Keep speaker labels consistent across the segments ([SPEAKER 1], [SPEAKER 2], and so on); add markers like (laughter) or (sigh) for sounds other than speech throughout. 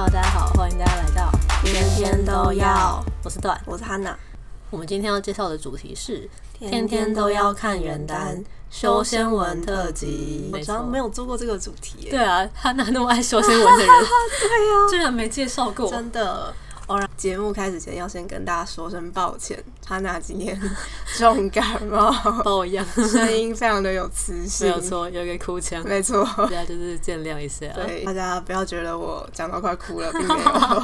[SPEAKER 1] 欢迎大家来到
[SPEAKER 2] 天天都要，
[SPEAKER 1] 我是段。
[SPEAKER 2] 我是汉娜，
[SPEAKER 1] 我们今天要介绍的主题是
[SPEAKER 2] 天天都要看原单，修仙文特辑。
[SPEAKER 1] 没
[SPEAKER 2] 我
[SPEAKER 1] 错
[SPEAKER 2] 好像没有做过这个主题耶，
[SPEAKER 1] 对啊，他哪那么爱修仙文的人，
[SPEAKER 2] (laughs) 对呀、
[SPEAKER 1] 居然没介绍过。
[SPEAKER 2] 真的。哦，然后节目开始前要先跟大家说声抱歉，汉娜今天 (laughs) 重感冒，
[SPEAKER 1] 包一样，
[SPEAKER 2] (laughs) 声音非常的有磁
[SPEAKER 1] 没
[SPEAKER 2] 性，
[SPEAKER 1] 有，错，有一个哭
[SPEAKER 2] (laughs)
[SPEAKER 1] 腔，
[SPEAKER 2] 没错。
[SPEAKER 1] 大家就是见谅一下。
[SPEAKER 2] 对，大家不要觉得我讲到快哭了，并没
[SPEAKER 1] (laughs)
[SPEAKER 2] 有。
[SPEAKER 1] 好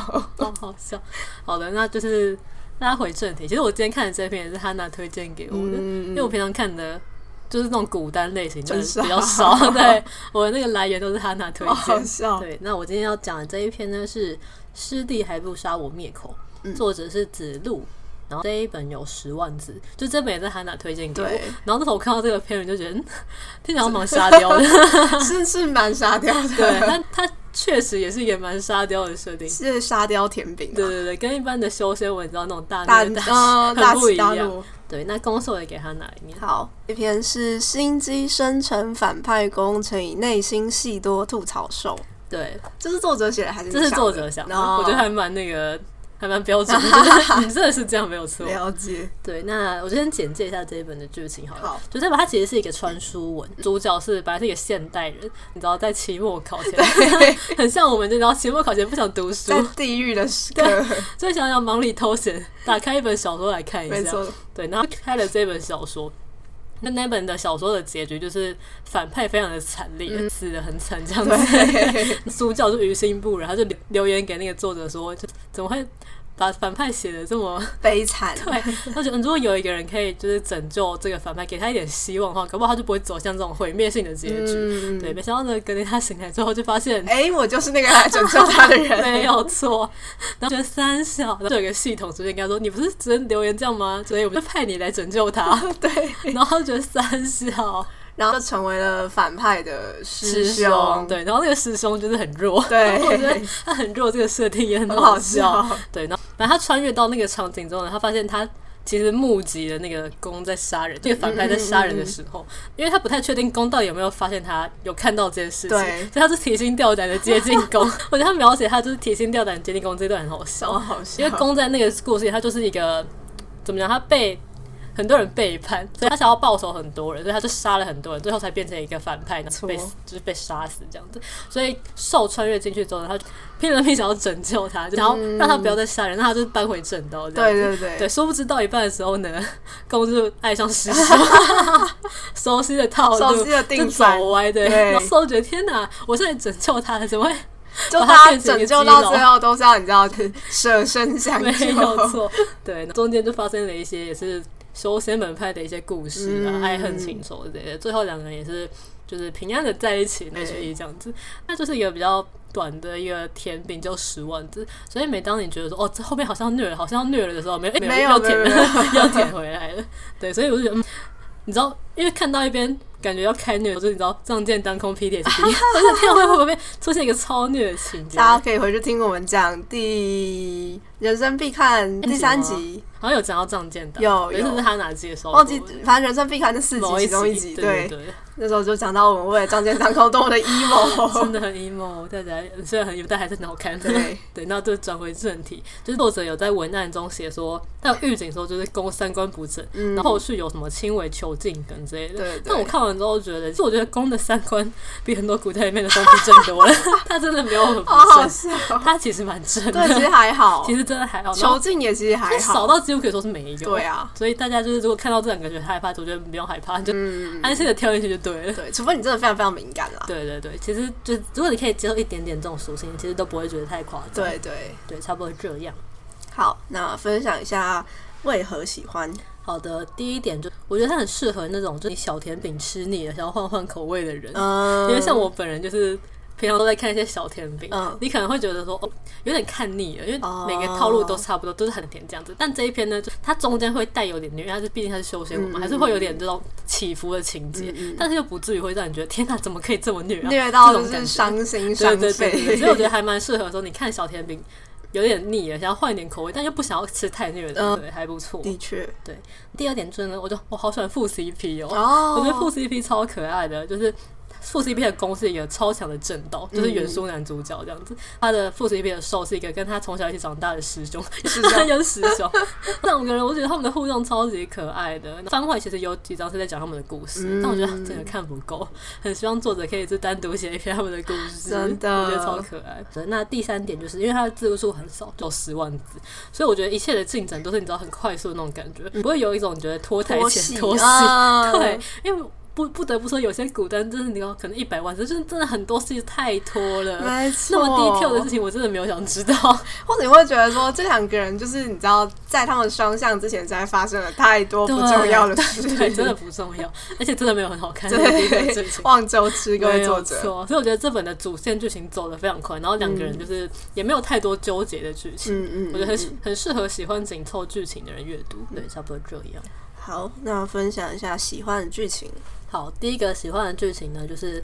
[SPEAKER 1] 好笑。好的，那就是拉回正题。其实我今天看的这篇也是汉娜推荐给我的，
[SPEAKER 2] (laughs) 嗯
[SPEAKER 1] 因为我平常看的就是那种古单类型的
[SPEAKER 2] 真啊少
[SPEAKER 1] 比较少。 (laughs) 对，我那个来源都是汉娜推
[SPEAKER 2] 好好
[SPEAKER 1] 荐。
[SPEAKER 2] 笑，
[SPEAKER 1] 对，那我今天要讲的这一篇呢是《师弟还不杀我灭口》，
[SPEAKER 2] 嗯
[SPEAKER 1] 作者是子路。然后这一本有十万字，就这本也是汉娜推荐给我
[SPEAKER 2] 对。
[SPEAKER 1] 然后那时候我看到这个片我就觉得，嗯 (laughs) 听起来好像蛮沙雕
[SPEAKER 2] (laughs)
[SPEAKER 1] 的。
[SPEAKER 2] 是是蛮沙雕的，
[SPEAKER 1] 对， (laughs) 但它确实也是一个蛮沙雕的设定。
[SPEAKER 2] (laughs) 是沙雕甜饼、啊，
[SPEAKER 1] 对对对，跟一般的修仙文，你知道那种大
[SPEAKER 2] 大
[SPEAKER 1] 内
[SPEAKER 2] 嗯
[SPEAKER 1] 大
[SPEAKER 2] 大
[SPEAKER 1] (laughs) 很不一
[SPEAKER 2] 起大
[SPEAKER 1] 样。
[SPEAKER 2] 落。
[SPEAKER 1] 对，那攻受也给他哪一面？
[SPEAKER 2] 好，这篇是心机深沉反派攻乘以内心戏多吐槽兽，
[SPEAKER 1] 对，
[SPEAKER 2] 这是作者写的还是你
[SPEAKER 1] 这是
[SPEAKER 2] 想的
[SPEAKER 1] 作者想的，
[SPEAKER 2] 哦
[SPEAKER 1] 我觉得还蛮那个， (laughs) 还蛮标准的。 (laughs) 你真的是这样没有
[SPEAKER 2] (laughs)
[SPEAKER 1] 错。
[SPEAKER 2] 了解，
[SPEAKER 1] 对，那我就先简介一下这一本的剧情好了。 (laughs)
[SPEAKER 2] 好嗯
[SPEAKER 1] 就这本它其实是一个穿书文，主角是本来是一个现代人，你知道在期末考前， (laughs) 很像我们就知道期末考前不想读书
[SPEAKER 2] 在，地狱的时刻，
[SPEAKER 1] 所以想要忙里偷闲，打开一本小说来看一
[SPEAKER 2] 没
[SPEAKER 1] 下。
[SPEAKER 2] 错，
[SPEAKER 1] 对，然后开了这本小说。那那本的小说的结局就是反派非常的惨烈，死的很惨这样子。
[SPEAKER 2] 嗯
[SPEAKER 1] (laughs)
[SPEAKER 2] 对，
[SPEAKER 1] 主角就于心不忍，他就留留言给那个作者说，就怎么会把反派写的这么
[SPEAKER 2] 悲惨，
[SPEAKER 1] 对， (laughs) 他觉得如果有一个人可以就是拯救这个反派，给他一点希望的话，搞不好他就不会走向这种毁灭性的结局。
[SPEAKER 2] 嗯，
[SPEAKER 1] 对，没想到呢，隔天他醒来之后就发现。
[SPEAKER 2] 哎、我就是那个来拯救他的人，
[SPEAKER 1] (laughs) 没有错，然后觉得三小，然后就有一个系统直接跟他说：“你不是只能留言这样吗？所以我们就派你来拯救他。
[SPEAKER 2] (laughs) 对，”
[SPEAKER 1] 然后他就觉得三小
[SPEAKER 2] 然后就成为了反派的师
[SPEAKER 1] 师
[SPEAKER 2] 兄，
[SPEAKER 1] 兄，对，然后那个师兄就是很弱，(laughs)
[SPEAKER 2] 对
[SPEAKER 1] 我觉得他很弱，这个设定也很
[SPEAKER 2] 很好
[SPEAKER 1] 笑
[SPEAKER 2] 笑，
[SPEAKER 1] 对，然后然后他穿越到那个场景之后呢，他发现他。其实目击了那个公在杀人，那个反派在杀人的时
[SPEAKER 2] 嗯
[SPEAKER 1] 候，因为他不太确定公到底有没有发现他有看到这件事情，所
[SPEAKER 2] 对
[SPEAKER 1] 以他是提心吊胆的接近公。 (laughs) 我觉得他描写他就是提心吊胆接近公这段很好笑，
[SPEAKER 2] 好好笑，
[SPEAKER 1] 因为公在那个故事里，他就是一个怎么讲，他被很多人背叛，所以他想要报仇很多人，所以他就杀了很多人，最后才变成一个反派，然后被
[SPEAKER 2] 错
[SPEAKER 1] 就是被杀死这样子。所以兽穿越进去之后呢，他就拼了命想要拯救他，就想要让他不要再杀人，让他就是搬回正道这样
[SPEAKER 2] 嗯对
[SPEAKER 1] 子。
[SPEAKER 2] 对对
[SPEAKER 1] 对，殊不知到一半的时候呢，公就爱上师
[SPEAKER 2] (laughs)
[SPEAKER 1] 兄，熟悉的套路，
[SPEAKER 2] 熟悉的定
[SPEAKER 1] 就
[SPEAKER 2] 番
[SPEAKER 1] 走歪对，
[SPEAKER 2] 对
[SPEAKER 1] 然后兽觉得天哪，我是来拯救他的，怎么会
[SPEAKER 2] 就
[SPEAKER 1] 把他
[SPEAKER 2] 大家
[SPEAKER 1] 变成一个
[SPEAKER 2] 拯救
[SPEAKER 1] 基
[SPEAKER 2] 到
[SPEAKER 1] 佬
[SPEAKER 2] 最后都是要你知道舍身相
[SPEAKER 1] (laughs) 没
[SPEAKER 2] 救，
[SPEAKER 1] 有错，对，中间就发生了一些也是修仙门派的一些故事啊，
[SPEAKER 2] 嗯
[SPEAKER 1] 爱恨情仇之类的。最后两个人也是就是平安的在一起，那所以这样子，那就是一个比较短的一个甜饼，就十万字。所以每当你觉得说哦，这后面好像虐了，好像虐了的时候，没有
[SPEAKER 2] 没有
[SPEAKER 1] 要舔了
[SPEAKER 2] 没
[SPEAKER 1] (laughs)
[SPEAKER 2] 有，
[SPEAKER 1] 要舔回来了。对，所以我就觉得，嗯，你知道，因为看到一边。感觉要开虐，就是你知道“仗剑当空，劈铁
[SPEAKER 2] (laughs)
[SPEAKER 1] 骑”，我的天啊，会不会出现一个超虐的情节？
[SPEAKER 2] 大家可以回去听我们讲第人生必看第三集，
[SPEAKER 1] 好像有讲到仗剑的，
[SPEAKER 2] 有
[SPEAKER 1] 有一次
[SPEAKER 2] 有
[SPEAKER 1] 是他哪介绍过的，
[SPEAKER 2] 忘记反正人生必看那四集
[SPEAKER 1] 某
[SPEAKER 2] 其中
[SPEAKER 1] 一
[SPEAKER 2] 一集，
[SPEAKER 1] 对
[SPEAKER 2] 对，
[SPEAKER 1] 对，
[SPEAKER 2] 那时候就讲到我们为了仗剑当空多么的 emo，
[SPEAKER 1] 真的很 emo，大 (laughs) 家虽然很 emo，但还是
[SPEAKER 2] (laughs)
[SPEAKER 1] 很好看。
[SPEAKER 2] 对
[SPEAKER 1] (laughs) 对，那就转回正题，就是作者有在文案中写说，他有预警说就是公三观不正，
[SPEAKER 2] 嗯
[SPEAKER 1] 然后后续有什么轻微囚禁跟之类的。
[SPEAKER 2] 对对
[SPEAKER 1] 但我看完之后觉得，其实我觉得公的三观比很多古代里面的都不正多了， (laughs) 他真的没有很不
[SPEAKER 2] 好哦好
[SPEAKER 1] 正，
[SPEAKER 2] 笑，
[SPEAKER 1] 他其实蛮正
[SPEAKER 2] 对，其实
[SPEAKER 1] 的，
[SPEAKER 2] 还好
[SPEAKER 1] (laughs) 其，实真的还好，然后
[SPEAKER 2] 囚禁也其实还
[SPEAKER 1] 就少
[SPEAKER 2] 好，
[SPEAKER 1] 到几乎可以说是没有。
[SPEAKER 2] 对啊，
[SPEAKER 1] 所以大家就是如果看到这两个觉得害怕，我觉得不用害怕，就
[SPEAKER 2] 嗯，
[SPEAKER 1] 安心的跳进去就对了。
[SPEAKER 2] 对，除非你真的非常非常敏感啦，
[SPEAKER 1] 对对对，其实就如果你可以接受一点点这种属性，其实都不会觉得太夸张。
[SPEAKER 2] 对对，
[SPEAKER 1] 对，差不多这样。
[SPEAKER 2] 好，那分享一下为何喜欢，
[SPEAKER 1] 好的，第一点就我觉得它很适合那种就你小甜饼吃腻了，想要换换口味的人，
[SPEAKER 2] 嗯，
[SPEAKER 1] 因为像我本人就是。平常都在看一些小甜饼，
[SPEAKER 2] 嗯
[SPEAKER 1] 你可能会觉得说哦，有点看腻了，因为
[SPEAKER 2] 哦
[SPEAKER 1] 每个套路都差不多，都是很甜这样子。但这一篇呢，就它中间会带有点虐，因为它是毕竟它是修仙文嘛，
[SPEAKER 2] 嗯嗯嗯
[SPEAKER 1] 还是会有点这种起伏的情节，但是又不至于会让你觉得天哪，怎么可以这么虐、啊？
[SPEAKER 2] 虐到
[SPEAKER 1] 这
[SPEAKER 2] 就
[SPEAKER 1] 种感
[SPEAKER 2] 是
[SPEAKER 1] 觉
[SPEAKER 2] 伤心
[SPEAKER 1] 对
[SPEAKER 2] 伤
[SPEAKER 1] 对对对对，
[SPEAKER 2] 肺，
[SPEAKER 1] 所以我觉得还蛮适合说，你看小甜饼有点腻了，想要换一点口味，但又不想要吃太虐的，
[SPEAKER 2] 嗯
[SPEAKER 1] 对，还不错。
[SPEAKER 2] 的确，
[SPEAKER 1] 对，第二点就是呢，我就我好喜欢副 CP 哦，
[SPEAKER 2] 哦
[SPEAKER 1] 我觉得副 CP 超可爱的，就是。副 CP 的攻是一个超强的正道，就是原书男主角这样子。他的副 CP 的受是一个跟他从小一起长大的师兄，
[SPEAKER 2] 是
[SPEAKER 1] (laughs) 他
[SPEAKER 2] 的，
[SPEAKER 1] 就是师兄。这两个人，我觉得他们的互动超级可爱的。番外其实有几章是在讲他们的故事，
[SPEAKER 2] 嗯
[SPEAKER 1] 但我觉得真的看不够，很希望作者可以就单独写一篇他们的故事，
[SPEAKER 2] 真的
[SPEAKER 1] 我觉得超可爱。那第三点就是因为它的字数很少，就十万字，所以我觉得一切的进展都是你知道很快速的那种感觉，不会有一种觉得拖台前拖戏。
[SPEAKER 2] 啊
[SPEAKER 1] 对，，因为不不得不说，有些古单真是你要可能一百万字，就是真的很多事太拖了。
[SPEAKER 2] 没错，
[SPEAKER 1] 那么 detail 的事情，我真的没有想知道。
[SPEAKER 2] 或者你会觉得说，这两个人就是你知道，在他们双向之前，实在发生了太多不
[SPEAKER 1] 对
[SPEAKER 2] 重要的事，
[SPEAKER 1] 对，真的不重要，而且真的没有很好看。第一个
[SPEAKER 2] 对
[SPEAKER 1] 剧情，
[SPEAKER 2] 望州吃各位
[SPEAKER 1] 没
[SPEAKER 2] 作
[SPEAKER 1] 有
[SPEAKER 2] 者，
[SPEAKER 1] 错。所以我觉得这本的主线剧情走得非常快，然后两个人就是也没有太多纠结的剧情，
[SPEAKER 2] 嗯嗯，
[SPEAKER 1] 我觉得
[SPEAKER 2] 嗯
[SPEAKER 1] 很很适合喜欢紧凑剧情的人阅读。对，差不多这样。
[SPEAKER 2] 好。那分享一下喜欢的剧情，
[SPEAKER 1] 好，第一个喜欢的剧情呢，就是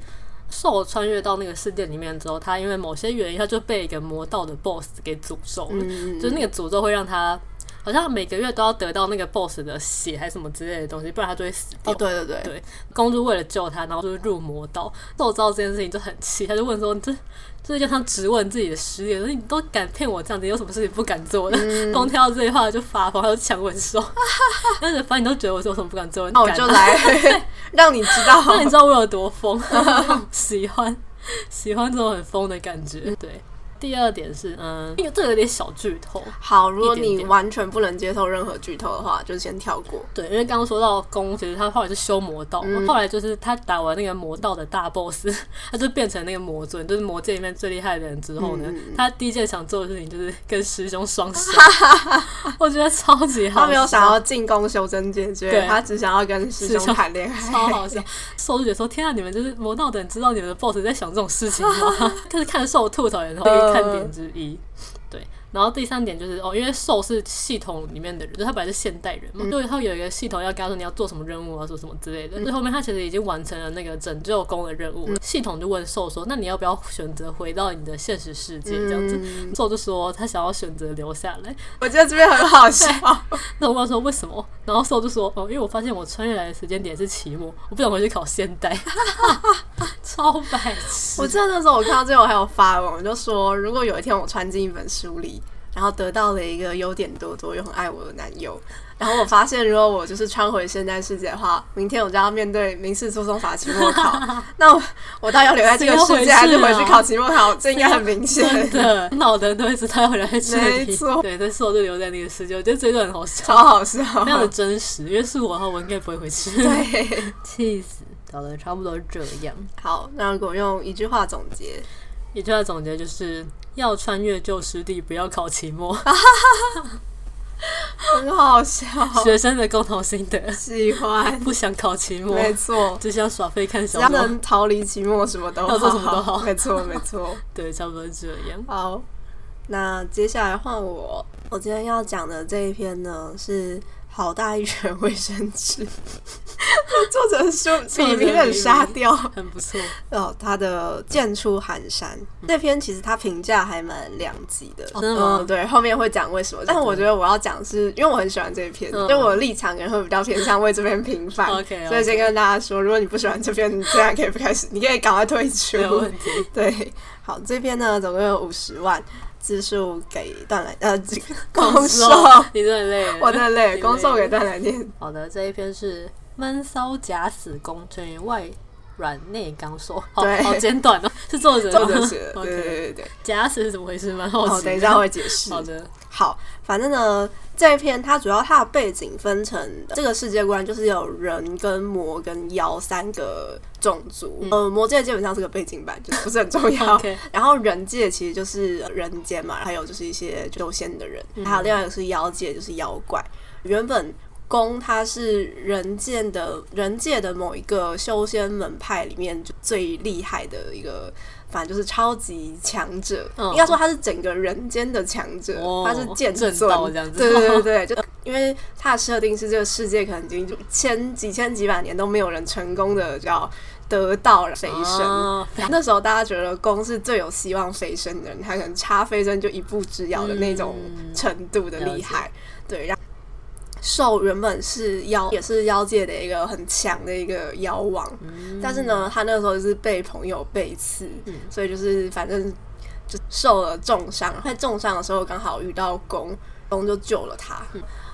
[SPEAKER 1] 兽穿越到那个世界里面之后，他因为某些原因，他就被一个魔道的 BOSS 给诅咒了。
[SPEAKER 2] 嗯，
[SPEAKER 1] 就是那个诅咒会让他好像每个月都要得到那个 BOSS 的血还是什么之类的东西，不然他就会死掉。
[SPEAKER 2] 哦，对对对，
[SPEAKER 1] 对公主为了救他，然后就是入魔道。受知道这件事情就很气，他就问说：“你这就是让他直问自己的师爷，说你都敢骗我这样子，你有什么事情不敢做的？”
[SPEAKER 2] 嗯
[SPEAKER 1] 光听到这句话就发疯，他就强吻
[SPEAKER 2] (laughs)
[SPEAKER 1] 兽。但是反正你都觉得我说有什么不敢做，
[SPEAKER 2] 那我
[SPEAKER 1] 你敢
[SPEAKER 2] 就
[SPEAKER 1] 啊
[SPEAKER 2] 来让你知道，
[SPEAKER 1] (laughs) 那你知道我有多
[SPEAKER 2] (laughs)
[SPEAKER 1] 疯？喜欢喜欢这种很疯的感觉。对，第二点是，嗯，这个这个有点小剧透。
[SPEAKER 2] 好，如果
[SPEAKER 1] 一点
[SPEAKER 2] 你
[SPEAKER 1] 点
[SPEAKER 2] 完全不能接受任何剧透的话，就先跳过。
[SPEAKER 1] 对，因为刚刚说到公，其实他后来是修魔道嘛，
[SPEAKER 2] 嗯
[SPEAKER 1] 后来就是他打完那个魔道的大 boss，他 (laughs) 就变成那个魔尊，就是魔界里面最厉害的人之后呢，
[SPEAKER 2] 嗯嗯
[SPEAKER 1] 他第一件想做的事情就是跟师兄双手，
[SPEAKER 2] (laughs)
[SPEAKER 1] 我觉得超级好笑，
[SPEAKER 2] 他没有想要进攻修真解决，
[SPEAKER 1] 对
[SPEAKER 2] 他只想要跟师
[SPEAKER 1] 师
[SPEAKER 2] 兄
[SPEAKER 1] 兄
[SPEAKER 2] 谈恋爱，
[SPEAKER 1] (laughs) 超好笑。瘦就觉得说：“天啊，你们就是魔道的人，知道你们的 boss 在想这种事情吗？”就是看瘦吐槽也是一个看点之一。对，然后第三点就是哦，因为瘦是系统里面的人，就是他本来是现代人嘛，所以他有一个系统要跟他说你要做什么任务啊，做什么之类的。所以后面他其实已经完成了那个拯救宫的任务，系统就问瘦说：“那你要不要选择回到你的现实世界？”这样子，瘦就说他想要选择留下来。
[SPEAKER 2] 我觉得这边很好笑。
[SPEAKER 1] 那我问他说为什么，然后兽就说哦，因为我发现我穿越来的时间点是期末，我不想回去考现代， (laughs) 超白痴。
[SPEAKER 2] (laughs) 我记得那时候我看到这个，我还有发文，我就说，如果有一天我穿进一本书里，然后得到了一个优点多多又很爱我的男友，然后我发现如果我就是穿回现代世界的话，明天我就要面对民事诉讼法期末考，
[SPEAKER 1] (laughs)
[SPEAKER 2] 那我我到底要留在这个世界，还是回去考期末考？这应该很明
[SPEAKER 1] 真
[SPEAKER 2] 显，
[SPEAKER 1] 的，脑袋都会知道要回来这
[SPEAKER 2] 没
[SPEAKER 1] 里
[SPEAKER 2] 错。
[SPEAKER 1] 对，但是我就留在那个世界，我觉得这一段很好
[SPEAKER 2] 超
[SPEAKER 1] 笑，
[SPEAKER 2] 好笑。
[SPEAKER 1] (laughs) 非常的真实。因为是我的话，我应该不会回去。
[SPEAKER 2] (laughs) 对，
[SPEAKER 1] (laughs) 气死，搞得差不多这样。
[SPEAKER 2] 好，那如果用一句话总结，
[SPEAKER 1] 一句话总结就是。要穿越旧师弟，不要考期
[SPEAKER 2] (laughs)
[SPEAKER 1] 末。
[SPEAKER 2] 很好
[SPEAKER 1] (laughs)
[SPEAKER 2] 笑，
[SPEAKER 1] 学生的共同心得，
[SPEAKER 2] 喜欢，
[SPEAKER 1] 不想考期末，
[SPEAKER 2] 没错，
[SPEAKER 1] 只想耍废看
[SPEAKER 2] 只
[SPEAKER 1] 小
[SPEAKER 2] 要
[SPEAKER 1] 猫。
[SPEAKER 2] 能逃离期末，什么都
[SPEAKER 1] 要做什么都好
[SPEAKER 2] 没错，没错。
[SPEAKER 1] 对，差不多这样。
[SPEAKER 2] 好，那接下来换我。我今天要讲的这一篇呢，是好大一卷卫生纸。 (laughs) 作者的书 (laughs) 笔名很沙雕
[SPEAKER 1] 很不错，
[SPEAKER 2] 哦，他的剑出寒山这篇其实他评价还蛮两极的，
[SPEAKER 1] 哦真的吗
[SPEAKER 2] 嗯，对，后面会讲为什么。但我觉得我要讲是因为我很喜欢这篇，
[SPEAKER 1] 嗯
[SPEAKER 2] 因为我的立场可能会比较偏向为这篇平 (laughs) 反
[SPEAKER 1] OK，OK
[SPEAKER 2] 所以先跟大家说，如果你不喜欢这篇，你现在可以不开始，你可以赶快退出。
[SPEAKER 1] 没有问题。
[SPEAKER 2] 对，好，这篇呢总共有五十万字数给段来，呃，这个
[SPEAKER 1] 攻
[SPEAKER 2] 公售，
[SPEAKER 1] (laughs) 你真的累了。
[SPEAKER 2] 我的
[SPEAKER 1] 你累
[SPEAKER 2] 嘞，
[SPEAKER 1] 了
[SPEAKER 2] 公售给段来念。
[SPEAKER 1] 好的，这一篇是闷骚假死攻，成员外软内刚说，好
[SPEAKER 2] 对
[SPEAKER 1] 好简短哦，是作者吗
[SPEAKER 2] 作者写的，
[SPEAKER 1] OK，
[SPEAKER 2] 对对对对对。
[SPEAKER 1] 假死是怎么回事？蛮好奇
[SPEAKER 2] 好，
[SPEAKER 1] 的。
[SPEAKER 2] 等一下我会
[SPEAKER 1] (laughs)
[SPEAKER 2] 解释。
[SPEAKER 1] 好的，
[SPEAKER 2] 好，反正呢，这一篇它主要它的背景分成这个世界观就是有人跟魔跟妖三个种族，呃，魔界基本上是个背景板，就是不是很重要。
[SPEAKER 1] 嗯 (laughs) OK
[SPEAKER 2] 然后人界其实就是呃人间嘛，还有就是一些修仙的人，
[SPEAKER 1] 嗯
[SPEAKER 2] 还有另外一个是妖界，就是妖怪。原本宫它是人界的人界的某一个修仙门派里面就最厉害的一个，反正就是超级强者。
[SPEAKER 1] 嗯
[SPEAKER 2] 应该说他是整个人间的强者，
[SPEAKER 1] 哦
[SPEAKER 2] 他是剑
[SPEAKER 1] 正
[SPEAKER 2] 尊
[SPEAKER 1] 道这样子
[SPEAKER 2] 对对对对，就 (laughs) 因为他的设定是这个世界可能已经千几千几百年都没有人成功的叫得到飞升。
[SPEAKER 1] 啊
[SPEAKER 2] 那时候大家觉得公是最有希望飞升的人，他可能差飞升就一步之遥的那种程度的厉害。对，然后兽原本是妖，也是妖界的一个很强的一个妖王，但是呢，他那个时候就是被朋友背刺，所以就是反正就受了重伤。在重伤的时候刚好遇到公，公就救了他。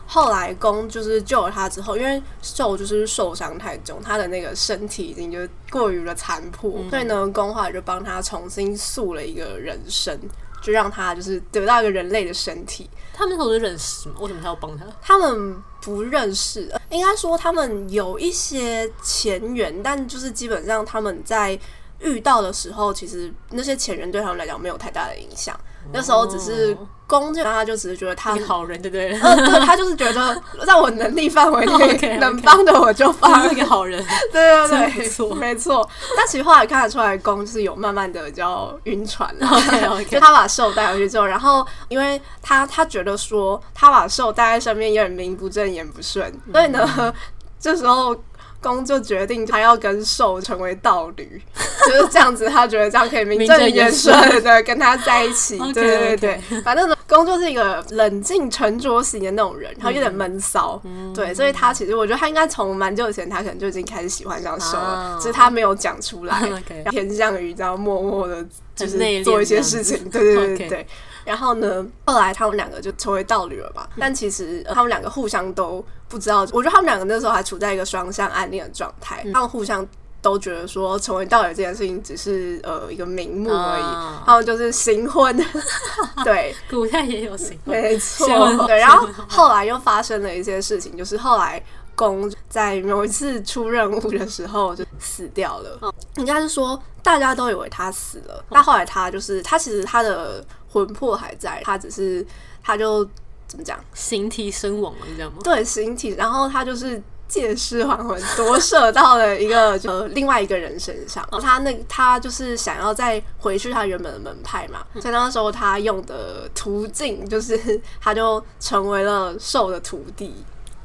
[SPEAKER 2] 后来公就是救了他之后，因为兽就是受伤太重，他的那个身体已经就是过于的残破，所以呢，公后来就帮他重新塑了一个人生，就让他就是得到一个人类的身体。
[SPEAKER 1] 他们那时候就认识嘛，为什么他要帮他？
[SPEAKER 2] 他们不认识，呃应该说他们有一些前缘，但就是基本上他们在遇到的时候，其实那些前缘对他们来讲没有太大的影响。
[SPEAKER 1] 哦
[SPEAKER 2] 那时候只是攻击，他就只是觉得他
[SPEAKER 1] 你，好人，对不
[SPEAKER 2] (laughs)
[SPEAKER 1] 对？
[SPEAKER 2] 呃，对他就是觉得在我能力范围内
[SPEAKER 1] (laughs) OK，OK
[SPEAKER 2] 能帮的我就帮，
[SPEAKER 1] 他是个好人，
[SPEAKER 2] 对
[SPEAKER 1] 真
[SPEAKER 2] 对
[SPEAKER 1] 不
[SPEAKER 2] 对，
[SPEAKER 1] 错
[SPEAKER 2] 没错。但其实后来看得出来，公就是有慢慢的叫晕船
[SPEAKER 1] (laughs)
[SPEAKER 2] 了。
[SPEAKER 1] OK，OK
[SPEAKER 2] (laughs) 就他把兽带回去之后，然后因为他他觉得说他把兽带在身边有点名不正言不顺，所以呢， (laughs) 这时候。公就决定他要跟兽成为道侣，就是这样子。他觉得这样可以名
[SPEAKER 1] 名
[SPEAKER 2] 正
[SPEAKER 1] 正
[SPEAKER 2] 言
[SPEAKER 1] 言
[SPEAKER 2] 顺的跟他在一 (laughs) 起。对
[SPEAKER 1] OK，
[SPEAKER 2] 对对对，反正呢，公就是一个冷静沉着型的那种人，他有点闷骚。对，所以他其实我觉得他应该从蛮久以前，他可能就已经开始喜欢上兽了，
[SPEAKER 1] 啊
[SPEAKER 2] 只是他没有讲出 (laughs) 来，
[SPEAKER 1] OK
[SPEAKER 2] 偏向于这样默默的，就是
[SPEAKER 1] 很内敛
[SPEAKER 2] 做一些
[SPEAKER 1] 这样子
[SPEAKER 2] 事情。对对对对
[SPEAKER 1] OK
[SPEAKER 2] 对。然后呢，后来他们两个就成为道侣了嘛。
[SPEAKER 1] 嗯
[SPEAKER 2] 但其实、呃他们两个互相都不知道，我觉得他们两个那时候还处在一个双向暗恋的状态，
[SPEAKER 1] 嗯
[SPEAKER 2] 他们互相。都觉得说成为道侣这件事情只是呃一个名目而已，
[SPEAKER 1] 啊
[SPEAKER 2] 他们就是行婚， (laughs) 对，
[SPEAKER 1] 古代也有行为，
[SPEAKER 2] 没错
[SPEAKER 1] 谢文，
[SPEAKER 2] 对。
[SPEAKER 1] 谢
[SPEAKER 2] 然后
[SPEAKER 1] 文
[SPEAKER 2] 后来又发生了一些事情，就是后来公在某一次出任务的时候就死掉了，应该是说大家都以为他死了，但后来他就是他其实他的魂魄还在，他只是他就怎么讲，
[SPEAKER 1] 形体身亡了，你知道吗？
[SPEAKER 2] 对形体，然后他就是。借尸还魂，夺舍到了一个呃另外一个人身上。他那他就是想要再回去他原本的门派嘛，所以那时候他用的途径就是他就成为了兽的徒弟。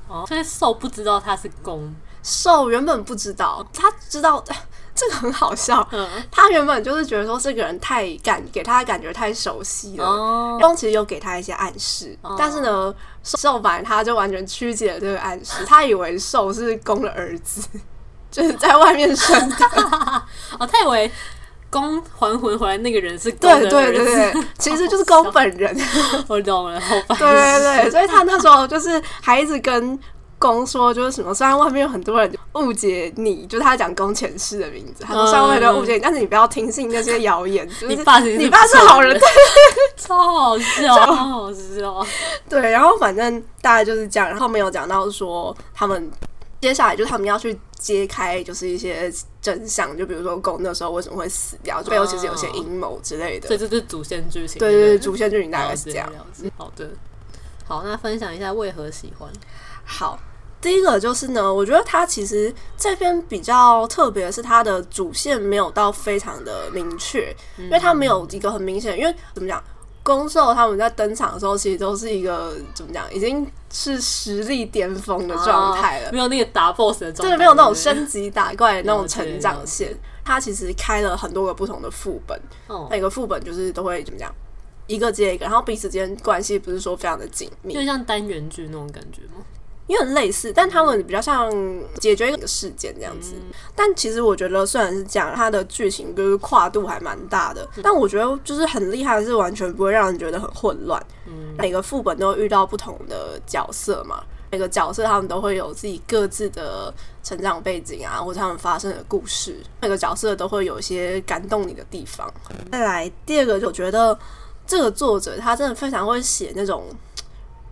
[SPEAKER 1] 哦，所以兽不知道他是公，
[SPEAKER 2] 兽原本不知道，他知道 (laughs) 这个很好笑，
[SPEAKER 1] 嗯，
[SPEAKER 2] 他原本就是觉得说这个人太感给他的感觉太熟悉了，
[SPEAKER 1] 哦，
[SPEAKER 2] 公其实有给他一些暗示，
[SPEAKER 1] 哦
[SPEAKER 2] 但是呢，兽版他就完全曲解了这个暗示，他以为兽是公的儿子，就是在外面生的。
[SPEAKER 1] 哦，他以为公还魂回来那个人是公
[SPEAKER 2] 对
[SPEAKER 1] 的
[SPEAKER 2] 对
[SPEAKER 1] 儿
[SPEAKER 2] 对
[SPEAKER 1] 子，
[SPEAKER 2] 对，其实就是公本人。
[SPEAKER 1] (laughs) 我懂了，好烦，
[SPEAKER 2] 对对对，所以他那时候就是还一直跟公说，就是什么，虽然外面有很多人误解你，就是他讲公前世的名字，他说
[SPEAKER 1] 嗯
[SPEAKER 2] 虽然外面有人误解你，但是你不要听信那些谣言，就是
[SPEAKER 1] (laughs) 你爸其实是
[SPEAKER 2] 你爸是
[SPEAKER 1] 不错的
[SPEAKER 2] 好人，
[SPEAKER 1] 超好笑，超好笑，
[SPEAKER 2] 对，然后反正大概就是这样，然后没有讲到说他们接下来就是他们要去揭开就是一些真相，就比如说狗那时候为什么会死掉，就背后其实有些阴谋之类的。
[SPEAKER 1] 哦所以这就是主线剧情，
[SPEAKER 2] 对对对，主线剧情大概
[SPEAKER 1] 了
[SPEAKER 2] 是
[SPEAKER 1] 解
[SPEAKER 2] 这样。
[SPEAKER 1] 了解好的，好，那分享一下为何喜欢，
[SPEAKER 2] 好，第一个就是呢，我觉得它其实这篇比较特别，是它的主线没有到非常的明确，
[SPEAKER 1] 嗯
[SPEAKER 2] 因为它没有一个很明显，因为怎么讲？公受他们在登场的时候，其实都是一个怎么讲，已经是实力巅峰的状态了
[SPEAKER 1] 哦。没有那个打 boss 的状态，
[SPEAKER 2] 就是没有那种
[SPEAKER 1] 对不对
[SPEAKER 2] 升级打怪的那种
[SPEAKER 1] 了解
[SPEAKER 2] 成长线。它其实开了很多个不同的副本，
[SPEAKER 1] 哦，
[SPEAKER 2] 每个副本就是都会怎么讲，一个接一个，然后彼此之间关系不是说非常的紧密
[SPEAKER 1] 就，像单元剧那种感觉吗？
[SPEAKER 2] 有点类似，但他们比较像解决一个事件这样子。但其实我觉得，虽然是这样，它的剧情就是跨度还蛮大的，但我觉得就是很厉害，的是完全不会让人觉得很混乱。
[SPEAKER 1] 嗯
[SPEAKER 2] 每个副本都遇到不同的角色嘛，每个角色他们都会有自己各自的成长背景啊，或者他们发生的故事，每个角色都会有一些感动你的地方。再来第二个，我觉得这个作者他真的非常会写那种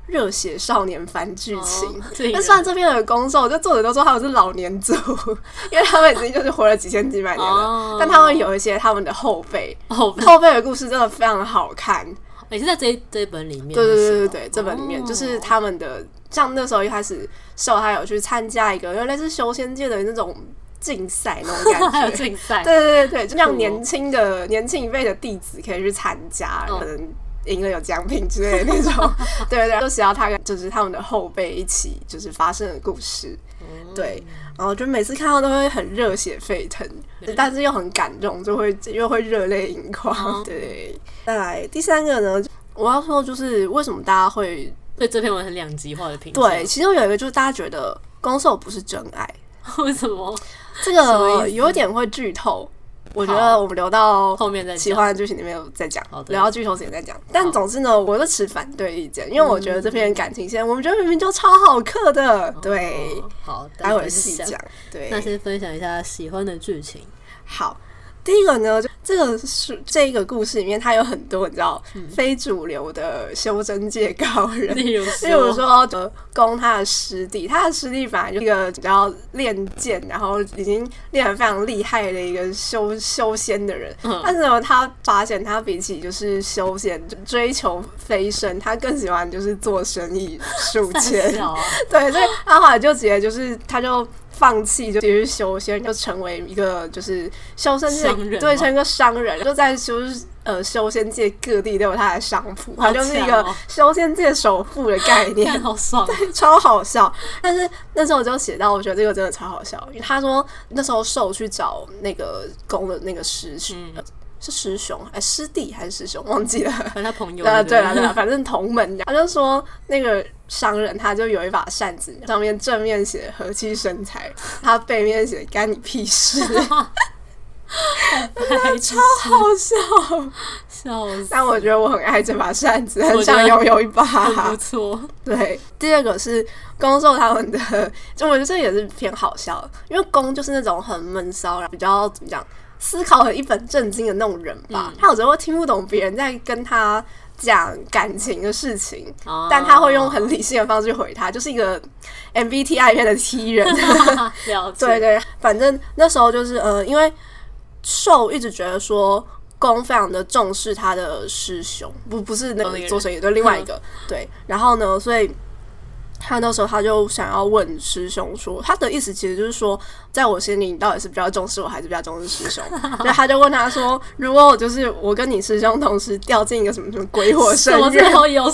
[SPEAKER 2] 热血少年番剧情。
[SPEAKER 1] 哦这个
[SPEAKER 2] 但虽然这边的攻受，就作者都说他们是老年族， (laughs) 因为他们已经就是活了几千几百年了，
[SPEAKER 1] 哦
[SPEAKER 2] 但他们有一些他们的后辈，
[SPEAKER 1] 哦，
[SPEAKER 2] 后辈的故事真的非常好
[SPEAKER 1] (laughs)
[SPEAKER 2] 看。
[SPEAKER 1] 哎也是在这一这一本里面，
[SPEAKER 2] 对对对对
[SPEAKER 1] 是吧
[SPEAKER 2] 对，这本里面
[SPEAKER 1] 哦
[SPEAKER 2] 就是他们的，像那时候一开始受他有去参加一个有点类似修仙界的那种竞赛那
[SPEAKER 1] (laughs)
[SPEAKER 2] 种
[SPEAKER 1] 还有
[SPEAKER 2] 感觉。
[SPEAKER 1] 竞赛，
[SPEAKER 2] 对对对对，就
[SPEAKER 1] 酷
[SPEAKER 2] 让
[SPEAKER 1] 哦
[SPEAKER 2] 年轻的、年轻一辈的弟子可以去参加，
[SPEAKER 1] 嗯
[SPEAKER 2] 可能赢了有奖品之类的那
[SPEAKER 1] (laughs)
[SPEAKER 2] 种。对对对，就写到他跟就是他们的后辈一起就是发生的故事。
[SPEAKER 1] 嗯
[SPEAKER 2] 对，然后就每次看到都会很热血沸腾，但是又很感动，就会又会热泪盈眶。
[SPEAKER 1] 哦
[SPEAKER 2] 对，再来第三个呢，我要说就是为什么大家会
[SPEAKER 1] 对这篇文很两极化的评价。
[SPEAKER 2] 对，，其中有一个就是大家觉得攻受不是真爱，
[SPEAKER 1] 为什么
[SPEAKER 2] 这
[SPEAKER 1] 什么
[SPEAKER 2] 个
[SPEAKER 1] 意思
[SPEAKER 2] 有点会剧透。我觉得我们留到
[SPEAKER 1] 后面再讲哦
[SPEAKER 2] 喜欢的剧情里面有再讲
[SPEAKER 1] 好，的
[SPEAKER 2] 聊到剧透时间再讲。但总之呢，我就持反对意见，
[SPEAKER 1] 嗯
[SPEAKER 2] 因为我觉得这篇感情线，我们觉得明明就超好嗑的，对
[SPEAKER 1] 哦，好，
[SPEAKER 2] 待会儿
[SPEAKER 1] 再
[SPEAKER 2] 细讲。对，
[SPEAKER 1] 那先分享一下喜欢的剧情。
[SPEAKER 2] 好，第一个呢，就这个是这个故事里面，它有很多你知道、
[SPEAKER 1] 嗯
[SPEAKER 2] 非主流的修真界高
[SPEAKER 1] (laughs)
[SPEAKER 2] 人，
[SPEAKER 1] 例如
[SPEAKER 2] 例如说，呃，攻他的师弟，他的师弟本来就是一个比较练剑，然后已经练得非常厉害的一个修修仙的人。
[SPEAKER 1] 嗯
[SPEAKER 2] 但是呢，他发现他比起就是修仙追求飞升，他更喜欢就是做生意数
[SPEAKER 1] 三 (laughs)
[SPEAKER 2] 钱。
[SPEAKER 1] 小啊，
[SPEAKER 2] (laughs) 对，所以他后来就直接就是，他就放弃，就继续修仙，就成为一个就是修仙界
[SPEAKER 1] 商人吗
[SPEAKER 2] 对，成为一个商人，就在就是呃修仙界各地都有他的商铺，他就是一
[SPEAKER 1] 好
[SPEAKER 2] 个
[SPEAKER 1] 强哦
[SPEAKER 2] 修仙界首富的概
[SPEAKER 1] 看 (laughs)
[SPEAKER 2] 念。
[SPEAKER 1] 好爽啊，
[SPEAKER 2] 超好笑，但是那时候我就写到，我觉得这个真的超好笑。因为他说那时候兽去找那个公的那个师兄，
[SPEAKER 1] 嗯
[SPEAKER 2] 呃是师兄哎、师弟还是师兄，忘记了。
[SPEAKER 1] 反正他朋友
[SPEAKER 2] 啊，对
[SPEAKER 1] 不
[SPEAKER 2] 啊，对啊，反正同门。他就说那个商人，他就有一把扇子，上面正面写“和气
[SPEAKER 1] (laughs)
[SPEAKER 2] 生财”，他背面写“干你屁事
[SPEAKER 1] 对，超”，
[SPEAKER 2] 好笑。
[SPEAKER 1] 笑死，
[SPEAKER 2] 但我觉得我很爱这把扇子，很
[SPEAKER 1] 哦我觉得
[SPEAKER 2] 想拥有一
[SPEAKER 1] 很
[SPEAKER 2] 把
[SPEAKER 1] 不。错，
[SPEAKER 2] 对，第二个是公受他们的， (laughs) 就我觉得这也是偏好笑的，因为公就是那种很闷骚，然后比较怎么讲，思考很一本正经的那种人
[SPEAKER 1] 嗯
[SPEAKER 2] 吧。他有时候会听不懂别人在跟他讲感情的事情，
[SPEAKER 1] 啊
[SPEAKER 2] (laughs) 但他会用很理性的方式去回他，就是一个 MBTI 片的 T 人。
[SPEAKER 1] (laughs) 啊了解，
[SPEAKER 2] 对对，反正那时候就是呃，因为受一直觉得说公非常的重视他的师兄，不不是那
[SPEAKER 1] 哦那个
[SPEAKER 2] 个
[SPEAKER 1] 人
[SPEAKER 2] 做生意，对另外一个对，然后呢，所以。他那时候他就想要问师兄说，他的意思其实就是说，在我心里你到底是比较重视我，还是比较重视师兄？ (laughs) 所以他就问他说，如果我就是我跟你师兄同时掉进一个什么什么鬼火深
[SPEAKER 1] 什么
[SPEAKER 2] 渊
[SPEAKER 1] 最，后有 (laughs)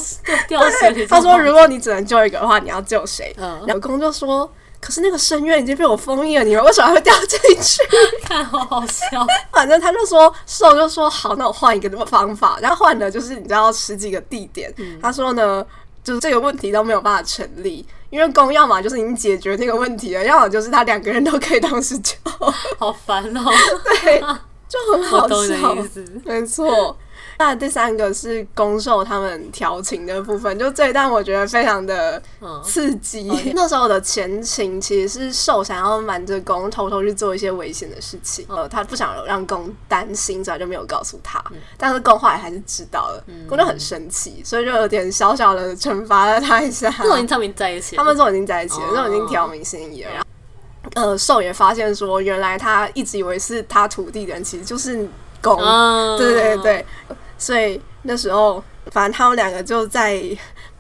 [SPEAKER 1] 掉水里？
[SPEAKER 2] (laughs) 他说：“如果你只能救一个的话，你要救谁？”
[SPEAKER 1] 嗯
[SPEAKER 2] 老公就说：“可是那个深渊已经被我封印了，你们为什么还会掉进去
[SPEAKER 1] 看好好笑，？” (laughs)
[SPEAKER 2] 反正他就说，兽就说：“好，那我换一个方法。”然后换的就是你知道十几个地点。
[SPEAKER 1] 嗯
[SPEAKER 2] 他说呢，就是这个问题都没有办法成立，因为公要么就是已经解决那个问题了，要么就是他两个人都可以同时救，
[SPEAKER 1] 好烦哦， (laughs)
[SPEAKER 2] 对，就很
[SPEAKER 1] 我
[SPEAKER 2] 好
[SPEAKER 1] 懂你
[SPEAKER 2] 笑
[SPEAKER 1] 的意。思。
[SPEAKER 2] 没错。那第三个是攻受他们调情的部分，就这一段我觉得非常的
[SPEAKER 1] 嗯，
[SPEAKER 2] 刺激
[SPEAKER 1] 哦。 (laughs)
[SPEAKER 2] 那时候的前情其实是受想要瞒着公，偷偷去做一些危险的事情。呃，他不想让公担心，所以就没有告诉他。
[SPEAKER 1] 嗯
[SPEAKER 2] 但是公后来还是知道了，公就很生气，所以就有点小小的惩罚了他一下。
[SPEAKER 1] 那我已经证明在一起了，
[SPEAKER 2] 他们都已经在一起了，
[SPEAKER 1] 哦
[SPEAKER 2] 那、已经挑明心意了。然后呃，兽也发现说，原来他一直以为是他徒弟的人，其实就是公。
[SPEAKER 1] 嗯，
[SPEAKER 2] 对对对，所以那时候，反正他们两个就在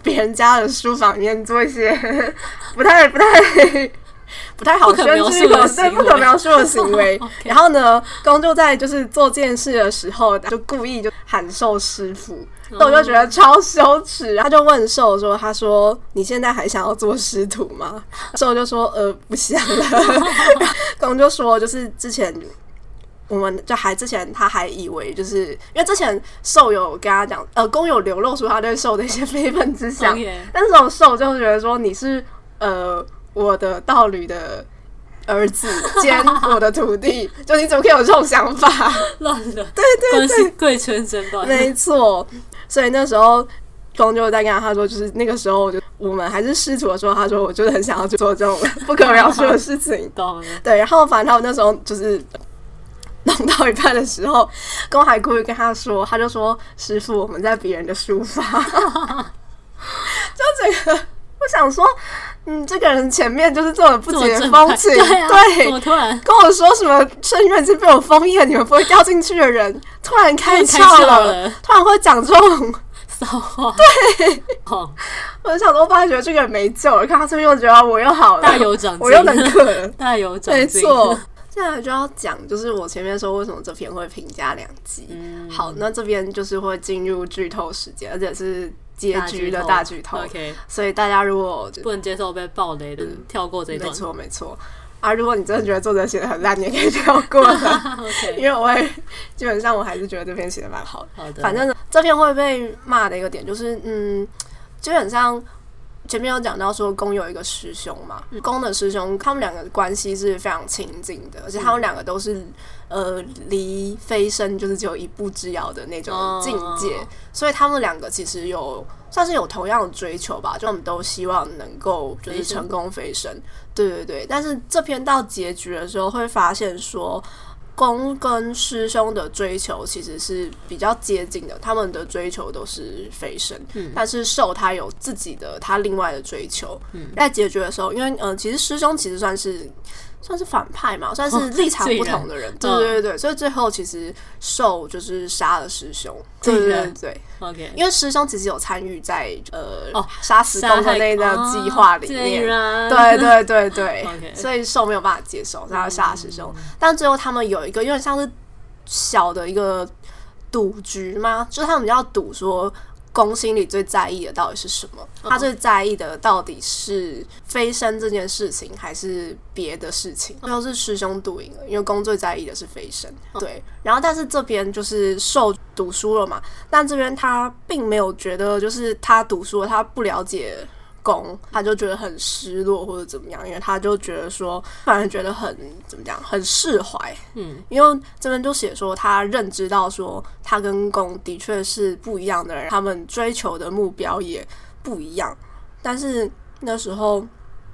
[SPEAKER 2] 别人家的书房里面做一些 (laughs) 不太不太不太好
[SPEAKER 1] 不可描述
[SPEAKER 2] 宣之于口
[SPEAKER 1] 的
[SPEAKER 2] 对
[SPEAKER 1] 行
[SPEAKER 2] 不可
[SPEAKER 1] 为
[SPEAKER 2] 描述的行
[SPEAKER 1] (laughs)
[SPEAKER 2] 为
[SPEAKER 1] OK。
[SPEAKER 2] 然后呢，公就在就是做这件事的时候，就故意就喊寿师傅，
[SPEAKER 1] 嗯
[SPEAKER 2] 那我就觉得超羞耻。他就问寿说：“他说你现在还想要做师徒吗？”寿就说：“呃，不想了。”公就说：“就是之前我们就还之前他还以为就是因为之前兽有跟他讲，呃，公有流露出他对兽的一些非分之想
[SPEAKER 1] OK
[SPEAKER 2] 但是这种兽就觉得说你是呃我的道侣的。儿子兼我的徒弟，就你怎么可以有这种想法？
[SPEAKER 1] 乱了，对对关系贵圈真乱，
[SPEAKER 2] 没错，所以那时候公就在跟他说，就是那个时候我就我们还是师徒的时候，他说我就是很想要去做这种不可描述的事情。
[SPEAKER 1] 懂了，
[SPEAKER 2] 对，然后反正他们那时候就是弄到一半的时候，公还故意跟他说，他就说：“师傅，我们在别人的书房。” (laughs) 就整个，我想说，嗯，这个人前面就是这么不
[SPEAKER 1] 这么
[SPEAKER 2] 解
[SPEAKER 1] 正
[SPEAKER 2] 风
[SPEAKER 1] 派
[SPEAKER 2] 情，
[SPEAKER 1] 对啊，
[SPEAKER 2] 对
[SPEAKER 1] 怎么突然
[SPEAKER 2] 跟我说什么深渊是被我封印了，你们不会掉进去的人，突然开
[SPEAKER 1] 开
[SPEAKER 2] 窍
[SPEAKER 1] 窍
[SPEAKER 2] 了，
[SPEAKER 1] 了
[SPEAKER 2] 突然会讲这种，
[SPEAKER 1] 骚话？哦对，好，
[SPEAKER 2] 我就想说，我本来觉得这个人没救了，看他这边又觉得我又好了，
[SPEAKER 1] 大有长进，
[SPEAKER 2] (laughs) 我又能克了。
[SPEAKER 1] (laughs) 大有长
[SPEAKER 2] 没
[SPEAKER 1] 进，
[SPEAKER 2] 错，接下来就要讲，就是我前面说为什么这篇会评价两集。
[SPEAKER 1] 嗯
[SPEAKER 2] 好，那这边就是会进入剧透时间，而且是结局的大剧透。
[SPEAKER 1] ，OK，
[SPEAKER 2] 所以大家如果
[SPEAKER 1] 不能接受被暴雷的，跳过这一
[SPEAKER 2] 嗯没
[SPEAKER 1] 段
[SPEAKER 2] 错没错啊，如果你真的觉得作者写的很烂，你也可以跳过 (laughs) 了，因
[SPEAKER 1] ，OK，
[SPEAKER 2] 为我会基本上我还是觉得这篇写的蛮好的。
[SPEAKER 1] 好的，
[SPEAKER 2] 反正这篇会被骂的一个点就是，嗯，就很像前面有讲到说公有一个师兄嘛，公的师兄他们两个关系是非常亲近的，而且他们两个都是呃离飞升就是只有一步之遥的那种境界，
[SPEAKER 1] 哦
[SPEAKER 2] 所以他们两个其实有算是有同样的追求吧，就我们都希望能够就是
[SPEAKER 1] 飞升
[SPEAKER 2] 成功飞升，对对对。但是这篇到结局的时候会发现说。公跟师兄的追求其实是比较接近的，他们的追求都是飞升，
[SPEAKER 1] 嗯
[SPEAKER 2] 但是受他有自己的他另外的追求。
[SPEAKER 1] 嗯
[SPEAKER 2] 在结局的时候，因为嗯、呃其实师兄其实算是算是反派嘛，算
[SPEAKER 1] 哦
[SPEAKER 2] 是
[SPEAKER 1] (laughs)
[SPEAKER 2] 立场不同的人，
[SPEAKER 1] 竟
[SPEAKER 2] 对
[SPEAKER 1] 然
[SPEAKER 2] 对对对，所以最后其实受就是杀了师兄，对
[SPEAKER 1] 竟
[SPEAKER 2] 对
[SPEAKER 1] 然
[SPEAKER 2] 对对，
[SPEAKER 1] OK，
[SPEAKER 2] 因为师兄其实有参与在呃
[SPEAKER 1] 哦
[SPEAKER 2] 杀死
[SPEAKER 1] 杀
[SPEAKER 2] 公的
[SPEAKER 1] 害
[SPEAKER 2] 那个
[SPEAKER 1] 哦
[SPEAKER 2] 计划里
[SPEAKER 1] 竟
[SPEAKER 2] 面，
[SPEAKER 1] 然
[SPEAKER 2] 对对对对
[SPEAKER 1] OK
[SPEAKER 2] 所以兽没有办法接受，所以他杀了师兄。但最后他们有一个有点像是小的一个赌局吗？就是他们要赌说公心里最在意的到底是什么？他最在意的到底是飞升这件事情，还是别的事情？最后是师兄赌赢了，因为公最在意的是飞升。对，然后但是这边就是受赌输了嘛，但这边他并没有觉得就是他读书了，他不了解公，他就觉得很失落或者怎么样，因为他就觉得说，反而觉得很怎么讲，很释怀。
[SPEAKER 1] 嗯，
[SPEAKER 2] 因为这边就写说，他认知到说，他跟公的确是不一样的人，他们追求的目标也不一样。但是那时候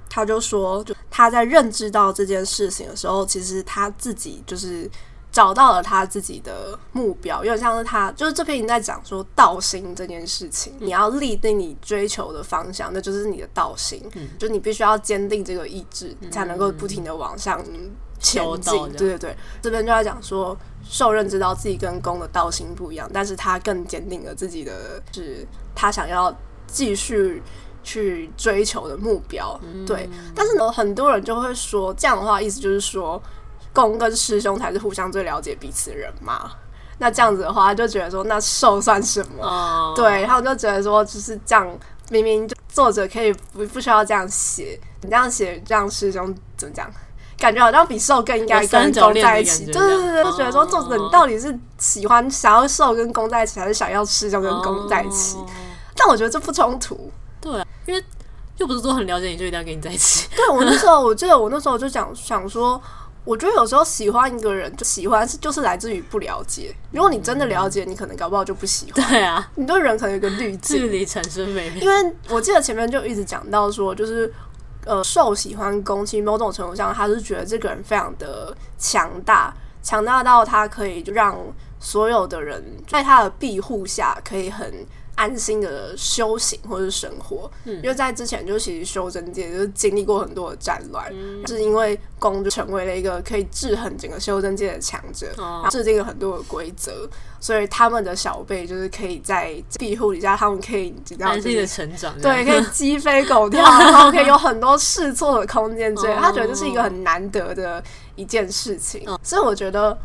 [SPEAKER 2] 他就说，就他在认知到这件事情的时候，其实他自己就是找到了他自己的目标，有点像是他就是这篇已经在讲说道心这件事情，你要立定你追求的方向，那就是你的道心，就你必须要坚定这个意志，才能够不停的往上。前
[SPEAKER 1] 修道
[SPEAKER 2] 进
[SPEAKER 1] 这，样
[SPEAKER 2] 对对对，这边就在讲说，受认知到自己跟公的道心不一样，但是他更坚定了自己的，是他想要继续去追求的目标。对，但是呢，很多人就会说，这样的话，意思就是说，公跟师兄才是互相最了解彼此的人嘛。那这样子的话，就觉得说，那受算什么？
[SPEAKER 1] 哦，
[SPEAKER 2] 对，然后我就觉得说就是这样，明明就作者可以不不需要这样写，你这样写这样师兄怎么讲？感觉好像比兽更应该
[SPEAKER 1] 有三
[SPEAKER 2] 跟
[SPEAKER 1] 角
[SPEAKER 2] 公
[SPEAKER 1] 恋
[SPEAKER 2] 在
[SPEAKER 1] 的
[SPEAKER 2] 一起，
[SPEAKER 1] 感觉
[SPEAKER 2] 对对
[SPEAKER 1] 这样
[SPEAKER 2] 对，对就觉得说作者
[SPEAKER 1] 哦
[SPEAKER 2] 你到底是喜欢想要兽跟公在一起，还是想要师兄跟公在一起？
[SPEAKER 1] 哦
[SPEAKER 2] 但我觉得这不冲突。
[SPEAKER 1] 对啊，因为又不是说很了解你就一定要跟你在一起， (laughs)
[SPEAKER 2] 对我那时候，我记得我那时候就讲想说，我觉得有时候喜欢一个人，就喜欢是就是来自于不了解。如果你真的了解，你可能搞不好就不喜欢。
[SPEAKER 1] 对啊，
[SPEAKER 2] 你对人可能有一个滤镜
[SPEAKER 1] 距，离产生美妙，
[SPEAKER 2] 因为我记得前面就一直讲到说，就是呃，受喜欢攻击，某种程度上，他是觉得这个人非常的强大，强大到他可以就让所有的人在他的庇护下，可以很安心的修行或者是生活。
[SPEAKER 1] 嗯
[SPEAKER 2] 因为在之前就其实修真界就是经历过很多的战乱，
[SPEAKER 1] 嗯
[SPEAKER 2] 是因为公就成为了一个可以制衡整个修真界的强者，
[SPEAKER 1] 哦
[SPEAKER 2] 然后制定了很多的规则，所以他们的小辈就是可以在庇护底下，他们可以你知道
[SPEAKER 1] 安
[SPEAKER 2] 就
[SPEAKER 1] 心
[SPEAKER 2] 是
[SPEAKER 1] 的成长，
[SPEAKER 2] 对，可以
[SPEAKER 1] (laughs)
[SPEAKER 2] 鸡飞狗跳，然后可以有很多试错的空间之类的。他觉得这是一
[SPEAKER 1] 哦
[SPEAKER 2] 个很难得的一件事情，
[SPEAKER 1] 嗯
[SPEAKER 2] 所以我觉得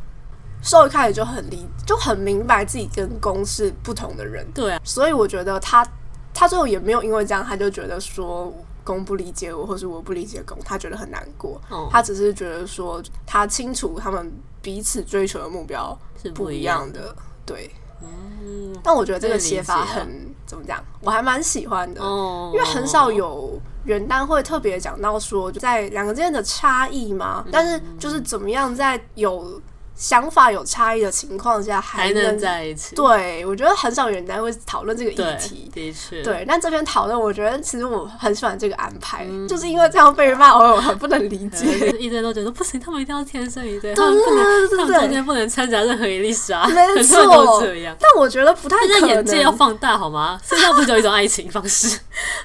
[SPEAKER 2] 兽一开始就很理，就很明白自己跟公是不同的人，
[SPEAKER 1] 对啊，
[SPEAKER 2] 所以我觉得他他最后也没有因为这样，他就觉得说公不理解我，或是我不理解公，他觉得很难过。
[SPEAKER 1] 哦
[SPEAKER 2] 他只是觉得说他清楚他们彼此追求的目标
[SPEAKER 1] 是不
[SPEAKER 2] 不
[SPEAKER 1] 一
[SPEAKER 2] 一
[SPEAKER 1] 样
[SPEAKER 2] 样
[SPEAKER 1] 的，
[SPEAKER 2] 的，对。
[SPEAKER 1] 嗯，
[SPEAKER 2] 但我觉得这
[SPEAKER 1] 可
[SPEAKER 2] 个
[SPEAKER 1] 以理
[SPEAKER 2] 写法
[SPEAKER 1] 解啊
[SPEAKER 2] 很怎么讲，我还蛮喜欢的。
[SPEAKER 1] 哦，
[SPEAKER 2] 因为很少有原单会特别讲到说就在两个之间的差异嘛，
[SPEAKER 1] 嗯
[SPEAKER 2] 但是就是怎么样在有想法有差异的情况下还
[SPEAKER 1] 还
[SPEAKER 2] 能
[SPEAKER 1] 能在一起，
[SPEAKER 2] 对，我觉得很少有原单会讨论这个议
[SPEAKER 1] 对
[SPEAKER 2] 题，。
[SPEAKER 1] 的确，
[SPEAKER 2] 对，但这边讨论，我觉得其实我很喜欢这个安排，
[SPEAKER 1] 嗯
[SPEAKER 2] 就是因为这样被骂，我很不能
[SPEAKER 1] 呃。
[SPEAKER 2] 理 (laughs) 解。
[SPEAKER 1] 一堆都觉得不行，他们一定要天生一对，他
[SPEAKER 2] 对
[SPEAKER 1] 们
[SPEAKER 2] 对
[SPEAKER 1] 不能，
[SPEAKER 2] 对
[SPEAKER 1] 他们
[SPEAKER 2] 对对
[SPEAKER 1] 中
[SPEAKER 2] 对，
[SPEAKER 1] 间不能掺杂任何一粒沙，
[SPEAKER 2] 没
[SPEAKER 1] 很多人都
[SPEAKER 2] 错
[SPEAKER 1] 这样。
[SPEAKER 2] 但我觉得不太
[SPEAKER 1] 大
[SPEAKER 2] 可
[SPEAKER 1] 家
[SPEAKER 2] 能。
[SPEAKER 1] 眼界要放大好吗？世界上不是有一种爱情方式？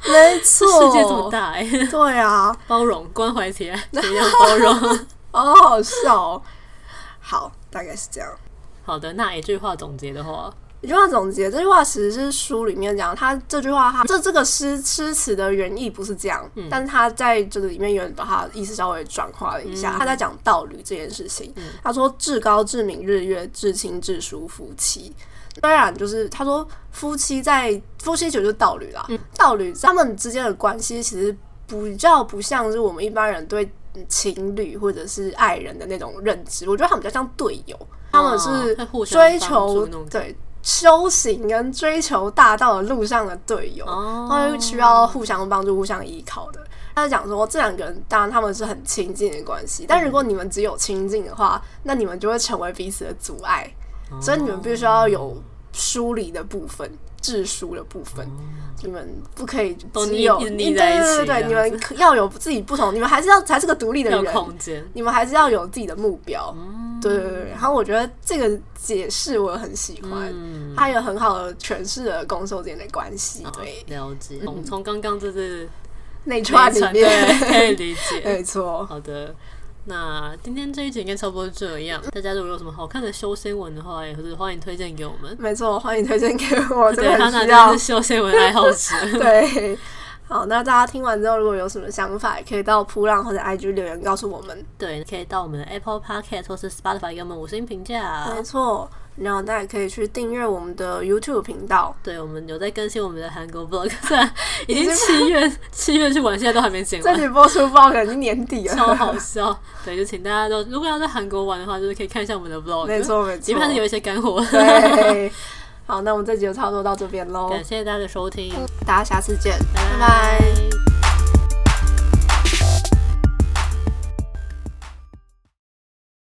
[SPEAKER 2] 没
[SPEAKER 1] 这
[SPEAKER 2] 错，
[SPEAKER 1] 世界这么大、哎，
[SPEAKER 2] 对啊，
[SPEAKER 1] 包容、关怀、铁
[SPEAKER 2] (laughs)
[SPEAKER 1] 爱，怎样包容？ (laughs)
[SPEAKER 2] 好好笑、哦。好，大概是这样。
[SPEAKER 1] 好的，那一句话总结的话，
[SPEAKER 2] 一句话总结，这句话其实是书里面讲，他这句话他这这个诗诗词的原意不是这样，
[SPEAKER 1] 嗯
[SPEAKER 2] 但是他在这个里面有人把他的意思稍微转化了一
[SPEAKER 1] 嗯
[SPEAKER 2] 下，他在讲道理这件事情。他说：“至高至明日月，至亲至疏夫妻。”当然，就是他说夫妻在夫妻就是道侣
[SPEAKER 1] 嗯
[SPEAKER 2] 啦，道侣他们之间的关系其实比较不像是我们一般人对情侣或者是爱人的那种认知，我觉得他们比较像队友，他们
[SPEAKER 1] 哦
[SPEAKER 2] 是
[SPEAKER 1] 会互相
[SPEAKER 2] 追
[SPEAKER 1] 帮助
[SPEAKER 2] 求
[SPEAKER 1] 那种感觉嗯
[SPEAKER 2] 对修行跟追求大道的路上的队友，
[SPEAKER 1] 哦
[SPEAKER 2] 会需要互相帮助、互相依靠的。他就讲说，这两个人当然他们是很亲近的关
[SPEAKER 1] 嗯
[SPEAKER 2] 系，但如果你们只有亲近的话，那你们就会成为彼此的阻碍，
[SPEAKER 1] 哦
[SPEAKER 2] 所以你们必须要有疏离的部分、治疏的部分。你们不可以
[SPEAKER 1] 哦都
[SPEAKER 2] 只
[SPEAKER 1] 腻
[SPEAKER 2] 有
[SPEAKER 1] 一直腻
[SPEAKER 2] 对
[SPEAKER 1] 在一
[SPEAKER 2] 对
[SPEAKER 1] 起
[SPEAKER 2] 对对，
[SPEAKER 1] 这
[SPEAKER 2] 你
[SPEAKER 1] 样
[SPEAKER 2] 们可要有自己不同，你们还是要才是个独立的
[SPEAKER 1] 要
[SPEAKER 2] 人
[SPEAKER 1] 有，哦空间。
[SPEAKER 2] 你们还是要有自己的目标。对对对，然后我觉得这个解释我很喜欢，
[SPEAKER 1] 嗯，哦
[SPEAKER 2] 它有很好的诠释了攻受间的关系，对嗯
[SPEAKER 1] 好了解。从从刚刚就是
[SPEAKER 2] 内串里
[SPEAKER 1] 对
[SPEAKER 2] 面，
[SPEAKER 1] 可以理
[SPEAKER 2] (laughs)
[SPEAKER 1] 解。
[SPEAKER 2] 没错，
[SPEAKER 1] 好的，那今天这一集应该差不多这样。大家如果有什么好看的修仙文的话，也是欢迎推荐给我们。
[SPEAKER 2] 没错，欢迎推荐给我，真
[SPEAKER 1] 对，
[SPEAKER 2] 的
[SPEAKER 1] 他
[SPEAKER 2] 很
[SPEAKER 1] 那
[SPEAKER 2] 需要
[SPEAKER 1] 真的是。修仙文爱好者。 (laughs)
[SPEAKER 2] 对， (laughs) 好，那大家听完之后，如果有什么想法，也可以到扑浪或者 IG 留言告诉我们。
[SPEAKER 1] 对，可以到我们的 Apple Podcast 或是 Spotify 给我们五星评价
[SPEAKER 2] 没。错，然后大家也可以去订阅我们的 YouTube
[SPEAKER 1] (laughs)
[SPEAKER 2] 频道。
[SPEAKER 1] 对，我们有在更新我们的韩国 vlog，虽然已经七月七月去玩，现在都还没剪
[SPEAKER 2] 这
[SPEAKER 1] 完，
[SPEAKER 2] 集播出报可能已经年底
[SPEAKER 1] 超
[SPEAKER 2] 了，
[SPEAKER 1] 好笑。对，就请大家都如果要在韩国玩的话，就是可以看一下我们的 vlog，
[SPEAKER 2] 没，错没
[SPEAKER 1] 里
[SPEAKER 2] 错
[SPEAKER 1] 面，还是有一些干货。 (laughs)
[SPEAKER 2] 对。好，那我们这集就差不多到这边喽，
[SPEAKER 1] 感谢大家的收听，
[SPEAKER 2] 大家下次见，
[SPEAKER 1] 拜
[SPEAKER 2] 拜拜